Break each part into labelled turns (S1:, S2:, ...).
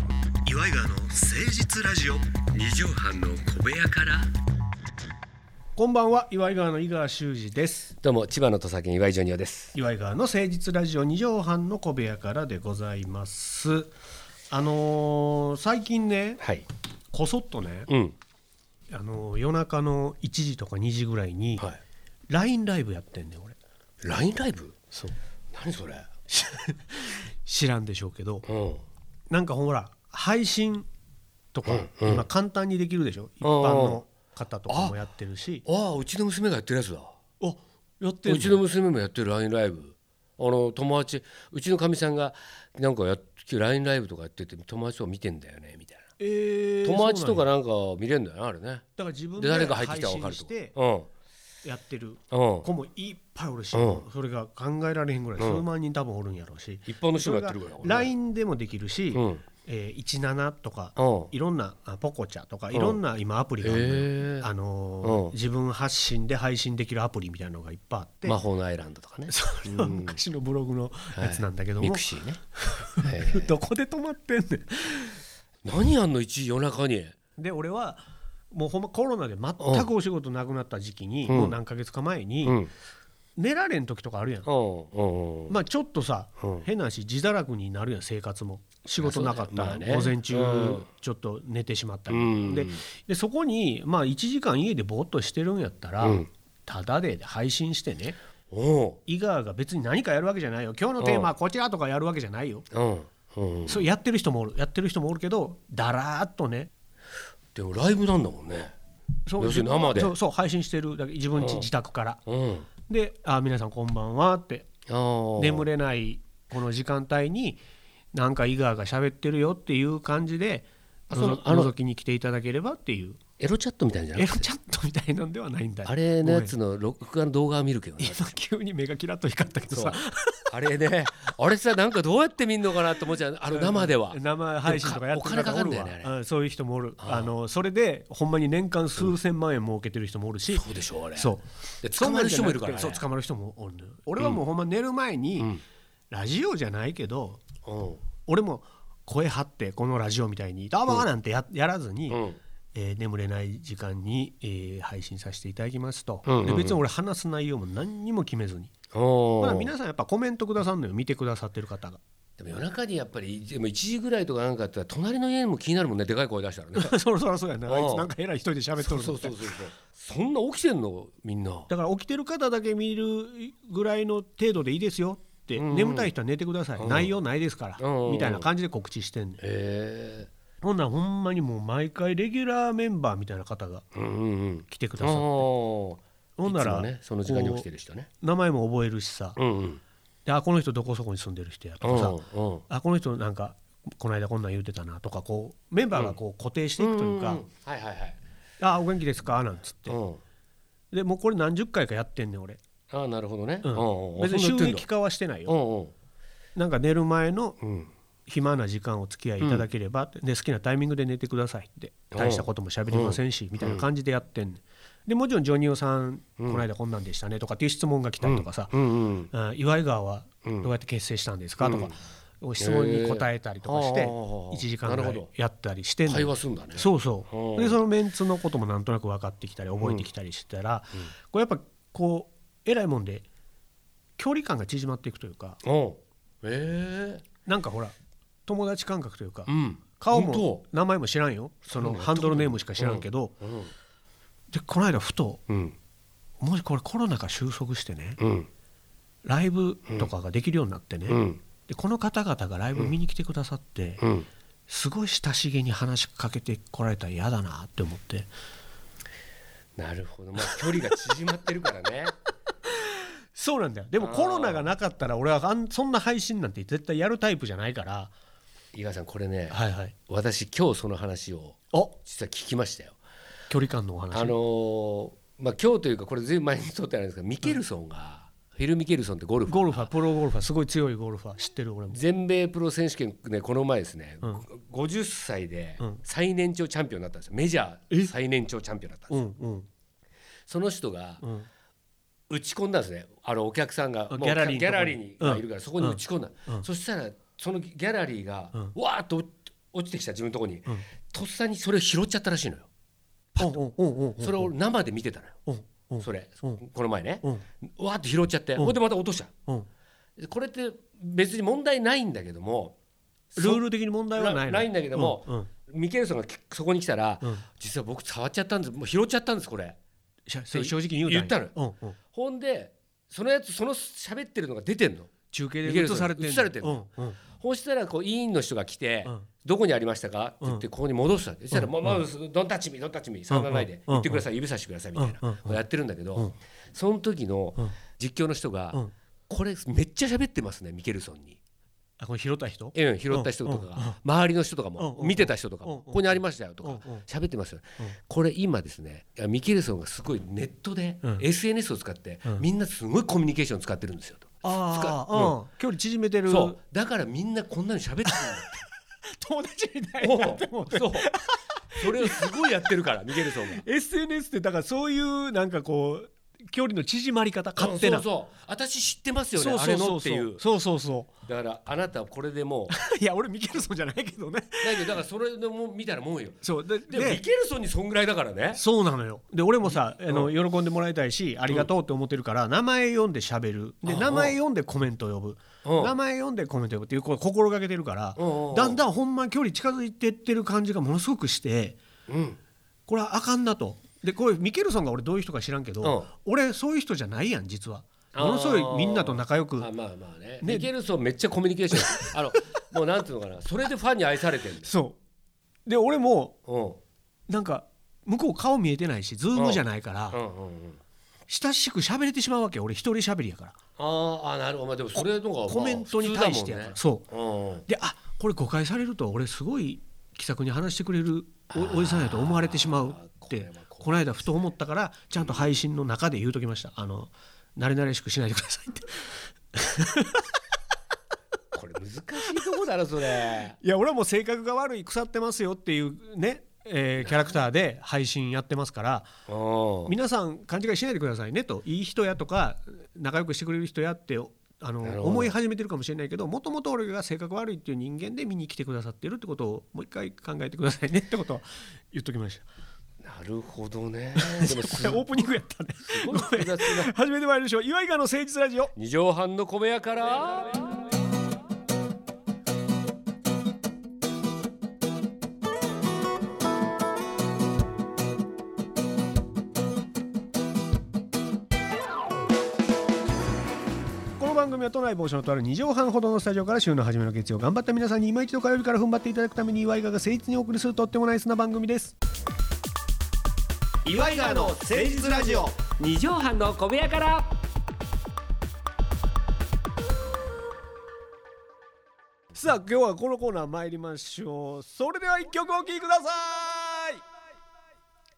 S1: イガーの誠実ラジオ
S2: 二畳半の小部屋から
S3: こんばんは岩井川の井川修司です
S2: どうも千葉の土佐県岩井ジョニオです
S3: 岩井川の誠実ラジオ2畳半の小部屋からでございますあのー最近ね
S2: はい
S3: こそっとね、
S2: うん
S3: あのー夜中の1時とか2時ぐらいに、
S2: はい
S3: LINE ライブやってんねん俺
S2: LINE ライブ
S3: そう
S2: 何それ
S3: 知らんでしょうけど
S2: うん
S3: なんかほら配信とか、
S2: うんうん
S3: 今簡単にできるでしょ一般の方とかもやってるし
S2: ああうちの娘がやってるやつだ
S3: あやって
S2: う
S3: る
S2: ちの娘もやってる LINE ライブあの友達うちのかみさんがなんかやっ LINE ライブとかやってて友達とか見てんだよねみたい
S3: えー
S2: な友達と
S3: そうな
S2: か
S3: んや
S2: なんか見れるんだよなあれね
S3: だから自分
S2: で
S3: で
S2: 誰が入ってきたら分か
S3: 配
S2: る
S3: 信し
S2: と
S3: てやってる
S2: うんうん
S3: 子もいっぱいおるし、
S2: う
S3: それが考えられへんぐらい数万人多分おるんやろうし、
S2: 一般の人
S3: そ
S2: も
S3: れ
S2: やっ
S3: が
S2: てるからこれ
S3: LINE でもできるし、
S2: うん
S3: えー、17とか、
S2: うん
S3: いろんなあポコチャとかいろんな今アプリがあるのよ、
S2: え
S3: あのー
S2: うん
S3: 自分発信で配信できるアプリみたいなのがいっぱいあって、
S2: え魔法のアイランドとかね
S3: それは昔のブログのやつなんだけども、
S2: ミク シーねええ
S3: どこで止まってんね
S2: 何やんの一時夜中に
S3: ん。で俺はもうほんまコロナで全くお仕事なくなった時期に、
S2: うん
S3: もう何ヶ月か前に、
S2: うん
S3: 寝られん時とかあるやん、
S2: うんうんうん
S3: まあちょっとさ、
S2: うん
S3: 変な話自堕落になるやん生活も仕事なかった
S2: ま
S3: ら
S2: あね
S3: 午前中
S2: うん
S3: ちょっと寝てしまったり、
S2: うん
S3: ででそこにまあ1時間家でぼーっとしてるんやったら、
S2: うん
S3: ただで配信してね
S2: おう
S3: 井川が別に何かやるわけじゃないよ今日のテーマはこちらとかやるわけじゃないよ、
S2: うんうん
S3: そうやってる人もおるやってる人もおるけどだらーっとね
S2: でもライブなんだもんね
S3: そう
S2: 要するに生で
S3: そうそう配信してるだけ自分ち自宅から、
S2: うん
S3: であ皆さんこんばんはって
S2: ああ
S3: 眠れないこの時間帯になんか井川が喋ってるよっていう感じで
S2: あ
S3: のぞ
S2: そうあの
S3: 覗きに来ていただければっていう
S2: エロチャットみたいなんじゃ
S3: エ
S2: な
S3: ロ
S2: くて
S3: チャットみたいなんではないんだよ
S2: あれのやつの録画の動画は見るけど
S3: ごめ
S2: ね
S3: ん今急に目がキラッと光ったけど
S2: そ
S3: さ
S2: うあれねあれさなんかどうやって見んのかなと思っちゃうあの生では
S3: 生配信とかやってる方おる
S2: でもかお金かかんだ
S3: わ、
S2: よねあ
S3: うんそういう人もおるあのそれでほんまに年間数千万円儲けてる人もおるし、
S2: そうでしょあれ
S3: そう
S2: で捕まる人もいるからね
S3: そう捕まる人もおるのよ俺はもうほんま寝る前に、ラジオじゃないけど
S2: うん
S3: 俺も声張ってこのラジオみたいに「どうも!」なんてや,、やらずに、
S2: うん
S3: えー眠れない時間に、えー配信させていただきますと、
S2: うんうんうん
S3: で別に俺話す内容も何にも決めずに、
S2: お
S3: ま
S2: ー
S3: あ、皆さんやっぱコメントくださるのよ見てくださってる方が
S2: でも夜中にやっぱりでも1時ぐらいとかなんかやったら隣の家も気になるもんねでかい声出したらね
S3: そろそろそうやなあいつなんか偉い一人で喋っとるの
S2: そうそうそうそうそんな起きてんのみんな
S3: だから起きてる方だけ見るぐらいの程度でいいですよって、
S2: うんうん
S3: 眠たい人は寝てください、内容ないですから、
S2: うんうん
S3: みたいな感じで告知してんねん
S2: へ
S3: ほんならほんまにもう毎回レギュラーメンバーみたいな方が
S2: えうんうんうん
S3: 来てく
S2: あ
S3: だ
S2: あ
S3: さってほ
S2: ほ
S3: ん
S2: ん
S3: な
S2: な
S3: ら
S2: らねその時間に起きてる人ね
S3: 名前も覚えるしさ、
S2: うんうん
S3: であこの人どこそこに住んでる人やと
S2: う
S3: かさ、
S2: んうん
S3: あこの人なんかこの間こんなん言うてたなとかこうメンバーがこう固定していくというか「
S2: んんんはいはいはい
S3: あお元気ですか?」なんつって、
S2: うん
S3: でもうこれ何十回かやってんねん俺、
S2: ああなるほどね
S3: うん
S2: うんうん
S3: 別に
S2: そん
S3: 収
S2: なやってんだ
S3: 益化はしてないよ、
S2: うんうん
S3: なんか寝る前の
S2: うん
S3: 暇な時間お付き合いいただければって、で好きなタイミングで寝てくださいって
S2: うん
S3: 大したことも喋りませんし、みたいな感じでやってんねんでもちろんジョニオさん、この間こんなんでしたねとかっていう質問が来たりとかさ、
S2: うんうん
S3: あ岩井川はどうやって結成したんですか、とか質問に答えたりとかして
S2: へーあー
S3: 1時間ぐ
S2: な
S3: ら
S2: る
S3: い
S2: ほ
S3: やったりしてんの
S2: 会話すんだね
S3: そうそう
S2: うん
S3: でそのメンツのこともなんとなく分かってきたり覚えてきたりしてたら、こうやっぱこうえらいもんで距離感が縮まっていくというか
S2: うんええ
S3: なんかほら友達感覚というか、
S2: うん
S3: 顔
S2: 本
S3: も名前も知らんよそのハンドルネームしか知らんけど、
S2: 当うん
S3: でこの間ふと
S2: うん
S3: もしこれコロナが収束してね
S2: うん
S3: ライブとかができるようになってね、
S2: うん
S3: でこの方々がライブ見に来てくださって、
S2: うん
S3: すごい親しげに話しかけてこられたら嫌だなって思って
S2: なるほどまあ距離が縮まってるから ね
S3: そうなんだよでも
S2: あー
S3: コロナがなかったら俺はあんそんな配信なんて絶対やるタイプじゃないから
S2: 伊賀さんこれね
S3: はいはい
S2: 私今日その話を
S3: お
S2: 実は聞きましたよ
S3: 距離感のお話
S2: あのーまあ今日というかこれずいぶん前に撮ってあるんですけどミケルソンがフィル・ミケルソンってゴルフ
S3: ゴルファープロゴルファーすごい強いゴルファー知ってる俺も
S2: 全米プロ選手権ねこの前ですね、
S3: うん
S2: 50歳で
S3: うん
S2: 最年長チャンピオンになったんですよメジャ
S3: え
S2: ー最年長チャンピオンだったんです
S3: う
S2: よ、
S3: んうん
S2: その人が
S3: うん
S2: 打ち込んだんですねあのお客さんが
S3: あ
S2: もう
S3: ギャラリーのとこに
S2: ギャラリーにがいるから、そこに打ち込んだ、
S3: うん
S2: そしたらそのギャラリーが、
S3: うん
S2: わーっと落ちてきた自分のとこに、
S3: ん
S2: とっさにそれを拾っちゃったらしいのよ
S3: おうおうおうおう
S2: それを生で見てたのよ、
S3: おうおう
S2: それ、
S3: うん
S2: この前ね、
S3: おう
S2: わーって拾っちゃって、
S3: ん
S2: ほんでまた落とした
S3: おう
S2: でこれって別に問題ないんだけども
S3: ルール的に問題はない
S2: な
S3: の
S2: ないんだけども
S3: うんうん
S2: ミケルソンがきそこに来たら、
S3: うん
S2: 実は僕触っちゃったんですもう拾っちゃったんですこれ
S3: しゃ
S2: そ
S3: 正
S2: う
S3: 直に言う
S2: 言ったの
S3: の、うんうん、
S2: ほんでそのやつその喋ってるのが出てんの
S3: 中継
S2: ミ
S3: で
S2: ケ
S3: 映
S2: ルソン
S3: されて
S2: 映されてん
S3: の
S2: の、
S3: うんうん
S2: ほしたらこう委員の人が来て、
S3: うん
S2: どこにありましたか?」って言ってここに戻したって、そしたら「もう、もうドンタッチミドンタッチミ触らない
S3: うん
S2: で
S3: うん
S2: 言ってください指さしてください」みたいな
S3: うんうん
S2: こうやってるんだけど、
S3: うん
S2: その時の
S3: うん
S2: 実況の人が「
S3: うん
S2: これめっちゃ喋ってますねミケルソンに」
S3: あこれ拾った人
S2: うん拾った人とか
S3: うんうん
S2: が周りの人とかも
S3: うんうん
S2: 見てた人とかも
S3: うん
S2: ここにありましたよとか
S3: うんうん
S2: 喋ってますよこれ今ですねいやミケルソンがすごいネットで
S3: うん
S2: SNS を使って
S3: うん
S2: みんなすごいコミュニケーションを使ってるんですよと。
S3: ああ、
S2: 使
S3: うん、距離縮めてる
S2: そうだからみんなこんなに喋ってるんだ
S3: 友達みたいになって
S2: お
S3: も
S2: うそうそれをすごいやってるからミケ ルソンが
S3: SNS ってだからそういうなんかこう距離の縮まり方勝手な
S2: そうそう私知ってますよね
S3: そう
S2: あれのっていう
S3: そうそうそ
S2: だからあなたはこれでもう
S3: うい や俺ミケルソンじゃないけど ね
S2: だけどだからそれでもみたいなもんよ
S3: そうで
S2: でもミケルソンにそんぐらいだからね
S3: そうなのよで俺もさ、あの喜んでもらいたいしありがとうって思ってるから、名前読んで喋るで
S2: ああ
S3: 名前読んでコメント呼ぶ、
S2: うん
S3: 名前読んでコメント呼ぶっていうこう心がけてるから、
S2: うんうん
S3: だんだんほんま距離近づいてってる感じがものすごくして
S2: うん
S3: これはあかんなとでこれミケルソンが俺どういう人か知らんけど、俺そういう人じゃないやん実はものすごいみんなと仲良く
S2: あまあまあねミケルソンめっちゃコミュニケーションあの もうなんていうのかなそれでファンに愛されてるんです
S3: そうで俺も
S2: うんうん
S3: なんか向こう顔見えてないしズームじゃないから、
S2: うんうん
S3: 親しく喋れてしまうわけ俺一人喋りやから
S2: あーあなるほどまあでもそれのがまあ
S3: コメントに対してやから、
S2: 普通
S3: そう
S2: だもんね
S3: であこれ誤解されると俺すごい気さくに話してくれるおおじさんやと思われてしまうっ
S2: これ
S3: て
S2: は怖い
S3: この間ふと思ったからちゃんと配信の中で言うときました「あの慣れ慣れしくしないでください」って
S2: うんこれ難しいとこだなそれ
S3: いや俺はもう性格が悪い腐ってますよっていうね、えーキャラクターで配信やってますから
S2: うん
S3: 皆さん勘違いしないでくださいねといい人やとか仲良くしてくれる人やってあの
S2: なるほど
S3: 思い始めてるかもしれないけどもともと俺が性格悪いっていう人間で見に来てくださってるってことをもう一回考えてくださいねってことを言っときました。
S2: なるほどね。 でも
S3: こ
S2: す
S3: れオープニングやったね。
S2: ごい複雑な
S3: 初めて参りましょう。岩井川の誠実ラジオ。
S2: 二畳半の小部屋から。
S3: この番組は都内某所のとある2畳半ほどのスタジオから週の初めの月曜頑張った皆さんに今一度火曜日から踏ん張っていただくために岩井川が誠実にお送りするとってもナイスな番組です。
S2: 岩井川の誠実ラジオ。二畳半の小部屋から。
S3: さあ今日はこのコーナー参りましょう。それでは一曲お聴きください。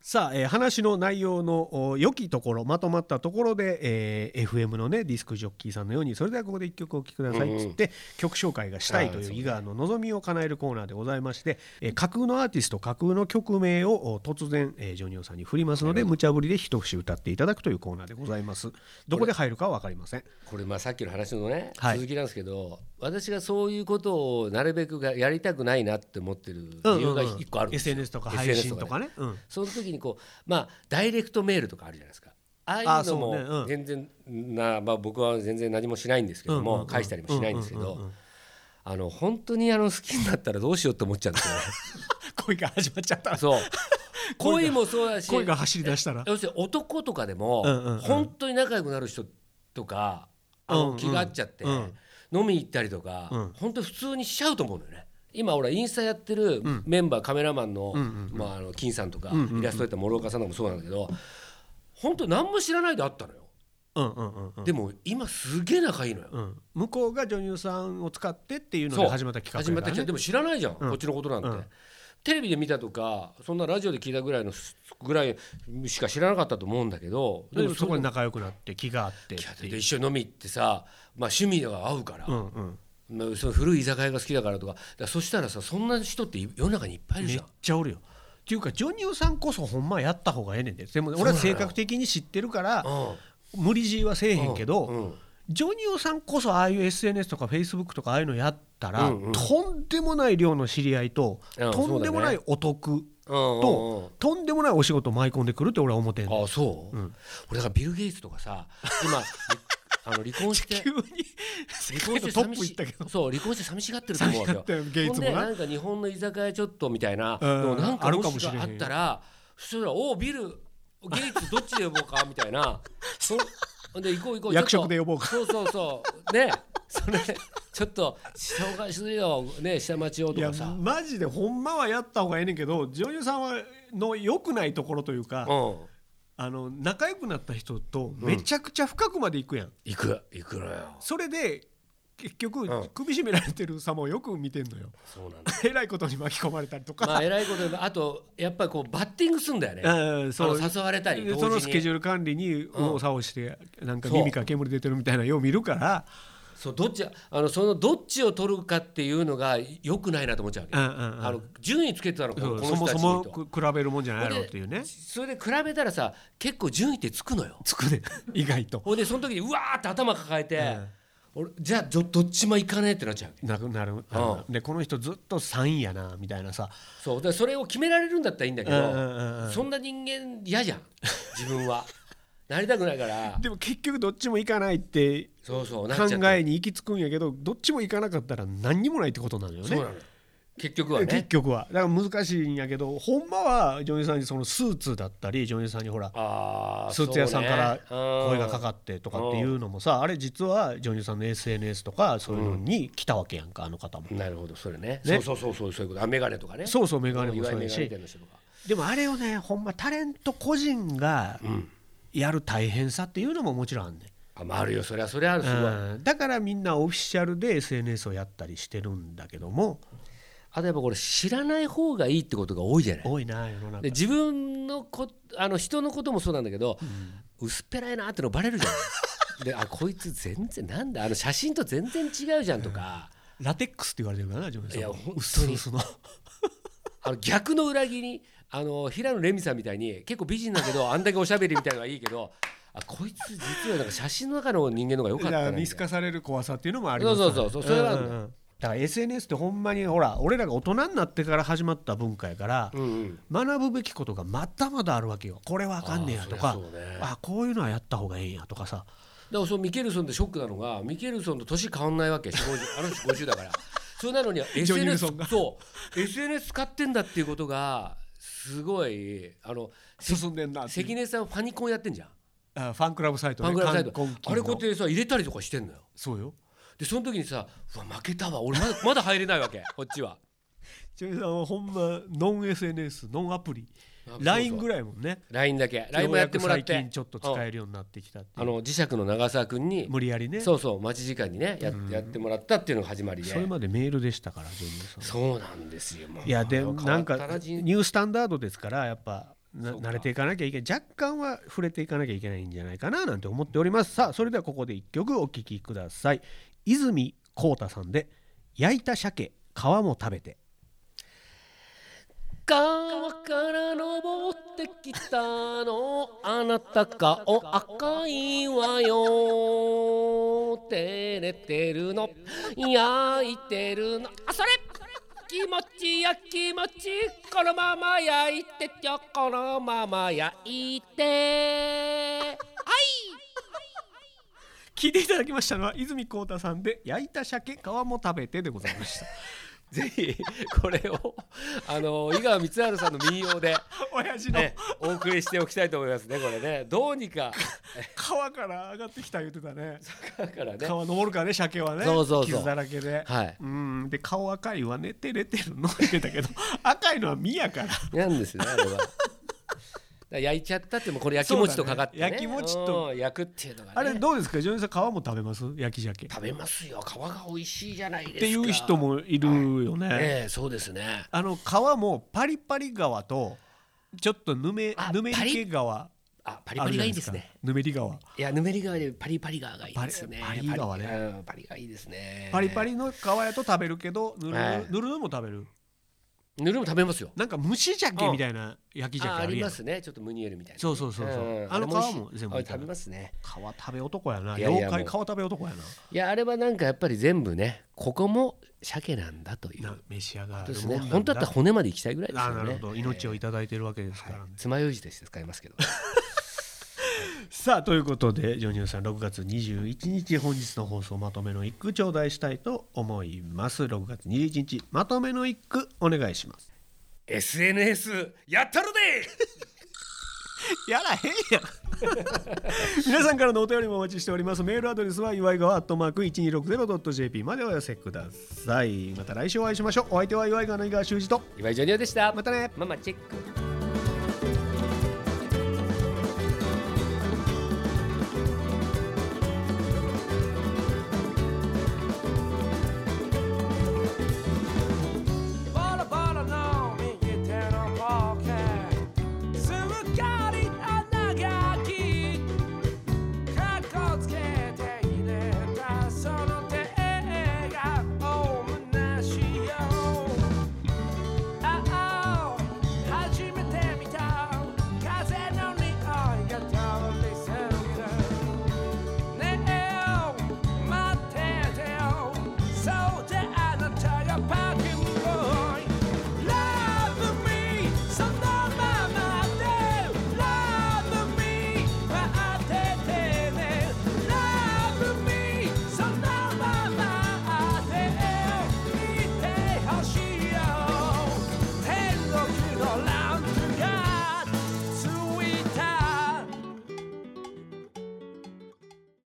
S3: さあ、えー話の内容のお良きところまとまったところで、えー FM のねディスクジョッキーさんのようにそれではここで1曲お聴きくださいっつって、曲紹介がしたいと
S2: あー
S3: い
S2: そうう
S3: 伊賀の望みを叶えるコーナーでございまして、えー架空のアーティスト架空の曲名をお突然、えージョニオさんに振りますので無茶ぶりで一節歌っていただくというコーナーでございますどこで入るかは分かりません
S2: これまあさっきの話のね、
S3: はい
S2: 続きなんですけど、私がそういうことをなるべくがやりたくないなって思ってる理由が
S3: うんうんうん
S2: 一個あるんですよ。
S3: SNS とか配信とかねうん
S2: その時にこうまあダイレクトメールとかあるじゃないですか。ああ
S3: あ
S2: いう
S3: そ
S2: の
S3: うねう
S2: も
S3: ん
S2: 全然なまあ僕は全然何もしないんですけど
S3: うんうんうん
S2: も返したりもしないんですけ
S3: うんうん うん
S2: ど、あの本当にあの好きになったらどうしようって思っちゃう んですよね。
S3: 恋が始まっちゃったら
S2: そう恋もそうだし
S3: 恋が走り出したら
S2: 要するに男とかでも
S3: うんうんうん
S2: 本当に仲良くなる人とかあ
S3: うんうん
S2: の気が合っちゃって
S3: うん
S2: 飲みに行ったりと
S3: う
S2: か
S3: ん
S2: 本当に普通にしちゃうと思うのよね。今俺インスタやってるメンバーカメラマンの
S3: うんうん
S2: まああの金さんとか
S3: うんうんうん
S2: イラストやった諸岡さんとかもそうなんだけど本当何も知らないで会ったのよ。
S3: うんうんうんうん
S2: でも今すげえ仲いいのよ。
S3: うん、向こうが女優さんを使ってっていうの
S2: そう
S3: で始まった企
S2: 始
S3: 画
S2: ま
S3: やか
S2: っ
S3: ら
S2: た企画
S3: ね
S2: でも知らないじゃん、
S3: うん
S2: こっちのことなんて、
S3: うん
S2: テレビで見たとかそんなラジオで聞いたぐらいのぐらいしか知らなかったと思うんだけど
S3: でもそこ
S2: れ
S3: で仲良くなって気があってって
S2: で
S3: いう、
S2: 一緒に飲み行ってさ、まあ、趣味が合うから、
S3: うんうん、
S2: まあその古い居酒屋が好きだからとかだからそしたらさそんな人って世の中にいっぱいいる
S3: め
S2: じ
S3: っ
S2: ゃん。
S3: ちゃおるよっていうかジョニオさんこそほんまやった方がええねんででも俺は性格的に知ってるから
S2: うん
S3: 無理強いはせえへんけど、
S2: うん
S3: ジョニオさんこそああいう SNS とか Facebook とかああいうのやったら、
S2: うんうん
S3: とんでもない量の知り合いと、
S2: うん
S3: とんでもないお得、
S2: と
S3: ととんでもないお仕事を舞い込んでくるって俺は思ってんの
S2: あそう、
S3: うん
S2: 俺だからビル・ゲイツとかさ今あの離婚 して
S3: 急に
S2: 離婚して
S3: 世界のトップ
S2: 寂し
S3: 行ったけど
S2: そう離婚して寂しがってると
S3: 寂
S2: 思う
S3: し
S2: わ
S3: か
S2: け
S3: っ
S2: よ
S3: たよゲイ
S2: ほん
S3: ツも
S2: で
S3: な
S2: なんか日本の居酒屋ちょっとみたいな、
S3: うん
S2: のなんか
S3: あるか
S2: も
S3: も
S2: し
S3: しれへん
S2: があったらそしたら「おうビルゲイツどっちで呼ぼうか」みた いなそほんで行こう行こう
S3: 役職
S2: ち
S3: で
S2: ょっ
S3: 呼ぼう
S2: と
S3: か
S2: そうそうそうねそれちょっと紹介するよね下町を
S3: い
S2: と
S3: や
S2: かさ。
S3: マジでほんまはやった方がええねんけど女優さんはの良くないところというか、
S2: うん、
S3: あの仲良くなった人とめちゃくちゃ深くまで行くやん、
S2: 行く行くのよ
S3: それで結局、
S2: ん
S3: 首絞められてる様をよく見てん のよ
S2: そうなんだ
S3: えらいことに巻き込まれたりとか、
S2: まあ偉いことであとやっぱりこうバッティングするんだよねあ
S3: うんそう
S2: の誘われたり
S3: で
S2: 同時に
S3: そのスケジュール管理に右往左往して、なんか
S2: そう
S3: 耳から煙出てるみたいなよう見るから、
S2: そうどっちあのそのどっちを取るかっていうのが良くないなと思っちゃうわけ、
S3: うんうんうん
S2: あの順位つけてたのこ
S3: そ
S2: の
S3: う
S2: こ
S3: そ
S2: の人
S3: も
S2: たち
S3: そ
S2: に
S3: も
S2: と
S3: く比べるもんじゃないやろっていうね
S2: それで比べたらさ結構順位ってつくのよ
S3: つくね 意外と
S2: ほんでその時にうわーって頭抱えて、俺じゃあどどっちも行かねえってなっちゃうわけ
S3: なくなるなるなでこの人ずっと3位やなみたいなさ
S2: そうでそれを決められるんだったらいいんだけど、
S3: うんうんうんうん
S2: そんな人間嫌じゃん自分 はなりたくないから
S3: でも結局どっちも行かないって
S2: そうそうなっちゃ
S3: 考
S2: って
S3: えに行き着くんやけどどっちも行かなかったら何にもないってことなのよ
S2: そう
S3: ね
S2: なのよ結局は
S3: 結
S2: ね
S3: 局はだから難しいんやけどほんまはジョニーさんにそのスーツだったりジョニーさんにほら
S2: あー
S3: スーツ屋さんから声がか
S2: っ
S3: かってとかっていうのもさあれ実はジョニーさんの SNS とかそういうのに来たわけやんかあの方も。
S2: なるほどそれ
S3: ね
S2: ねそうそうそうそうそういうことあメガネとかね
S3: そうそうメガネも
S2: いわ
S3: そ
S2: ゆ
S3: う
S2: る
S3: や
S2: メガネ
S3: し
S2: 店の人とか
S3: でもあれをねほんまタレント個人がやる大変さっていうのももちろんあんねん
S2: あまああるよそりゃそりゃあるすごい、
S3: うんだからみんなオフィシャルで SNS をやったりしてるんだけども
S2: あとやっぱこれ知らない方がいいってことが多いじゃない
S3: 多いな世の中
S2: で自分のこあの人のこともそうなんだけど、薄っぺらいなってのバレるじゃんであこいつ全然なんだあの写真と全然違うじゃんとか、
S3: ラテックスって言われてるからなジョニーさん
S2: いや本当に
S3: 薄々の
S2: あの逆の裏切りあの平野レミさんみたいに結構美人だけどあんだけおしゃべりみたいのがいいけどあこいつ実はなんか写真の中の人間の方が良か
S3: だ
S2: った
S3: か
S2: な
S3: ら
S2: みたい
S3: 見
S2: な
S3: 透かされる怖さっていうのもありますから
S2: そうそうそうそれはあるの
S3: んんだから SNS ってほんまにほら俺らが大人になってから始まった文化やから、
S2: うんうん
S3: 学ぶべきことがまだまだあるわけよこれはあかんねやとか
S2: あ
S3: あ、
S2: ーそりゃそうね
S3: こういうのはやった方がいいんやとかさ
S2: だからそのミケルソンでショックなのがミケルソンと年変わんないわけ40 あの人50だからそれなのに
S3: ジョニーウィル
S2: SNS
S3: ソンが
S2: そう SNS 使ってんだっていうことがすごいあの
S3: 進んでんなっていう
S2: 関根さんファニコンやってんじゃん
S3: あファンクラブサイト
S2: ファンクラブサイト
S3: 冠婚金の
S2: あれこうやってさ入れたりとかしてんのよ
S3: そうよ
S2: でその時にさ「うわ負けたわ俺まだまだ入れないわけ こっちは
S3: ジョニーさんはほんまノン SNS ノンアプリ
S2: あ
S3: LINE
S2: そう
S3: ぐらいもんね
S2: そう LINE だけ LINE もやってもらっ
S3: ようやく最
S2: て
S3: 近ちょっと使えるようになってきたってい
S2: あ
S3: う
S2: の磁石の長澤君に
S3: 無理やりねそ
S2: そうそう待ち時間にねややってもらったっていうのが始まりで
S3: れまでメールでしたからジョニーさ
S2: そうなんですよもうん
S3: いやで
S2: 変わ
S3: なん
S2: っ
S3: か
S2: た人生
S3: ニュースタンダードですからやっぱな
S2: そうか
S3: 慣れていかなきゃいけない若干は触れていかなきゃいけないんじゃないかななんて思っておりますさあそれではここで一曲お聴きください泉浩太さんで「焼いた鮭皮も食べて
S2: 川から登ってきたのあなた顔赤いわよ照れてるの焼いてるのあそれ気持ちや気持ちこのまま焼いてちょこのまま焼いてはい」
S3: 聴いていただきましたのは泉浩太さんで「焼いた鮭皮も食べて」でございました
S2: ぜひこれをあの井川光晴さんの民謡で、
S3: 親父の
S2: ね、お送りしておきたいと思いますねこれねどうにか
S3: 川から上がってきた言ってたね
S2: だからね
S3: 川登るからね鮭はね
S2: そうそうそう
S3: 傷だらけで、
S2: はい
S3: うんで顔赤いはね照れてるのって言ってたけど 赤いのは身やから
S2: なんですね、あれは。だから焼いちゃったってもこれ焼き餅とかかって、ね
S3: そうだね焼き餅と
S2: うん焼くっていうのが、ね、
S3: あれどうですかジョニーさん皮も食べます焼き鮭っ
S2: 食べますよ皮が美味しいじゃないですか
S3: ていう人もいるよね、
S2: ええそうですね
S3: あの皮もパリパリ皮とちょっとぬめ
S2: あ
S3: ぬめり系皮あ
S2: あパ
S3: るじゃな
S2: リパリがいい
S3: い
S2: で
S3: ですすか
S2: ね
S3: ぬめり皮
S2: いやぬめり側でパリパリ側がいいですね
S3: パリパリ側ね
S2: パリ,、うん、パリがいいですね
S3: パリパリの皮やと食べるけどぬる
S2: ええ
S3: ぬるのも食べる
S2: ぬるも食べますよ
S3: なんか蒸し鮭みたいな焼き鮭
S2: あ
S3: あ
S2: あ
S3: る
S2: り
S3: や
S2: ま
S3: ん
S2: すねちょっとムニエルみたいな
S3: そうそうそうそうんあの
S2: れ美味
S3: 皮
S2: しい
S3: も全部
S2: あ
S3: い
S2: れ
S3: た
S2: 食べ
S3: だく
S2: ますね
S3: 皮食べ男やない
S2: やいや
S3: 妖怪皮
S2: も
S3: 食べ男やない
S2: やあれはなんかやっぱり全部ねここも鮭なんだという
S3: な召し上が
S2: で
S3: る
S2: す
S3: もん
S2: ね
S3: なんだ
S2: 本当だったら骨まで行きたいぐらいです
S3: あ
S2: よ
S3: な
S2: ね
S3: るほど命をいただいてるわけですからね、
S2: 爪楊枝として使います けど
S3: さあということでジョニオさん6月21日本日の放送まとめの一句頂戴したいと思います6月21日まとめの一句お願いします
S2: SNS やったるで
S3: やらへんやん 皆さんからのお便りもお待ちしておりますメールアドレスは祝いがわ 1260.jp までお寄せくださいまた来週お会いしましょうお相手は祝いがわの井川修司と
S2: 岩井ジョニオでした
S3: またね
S2: ママチェック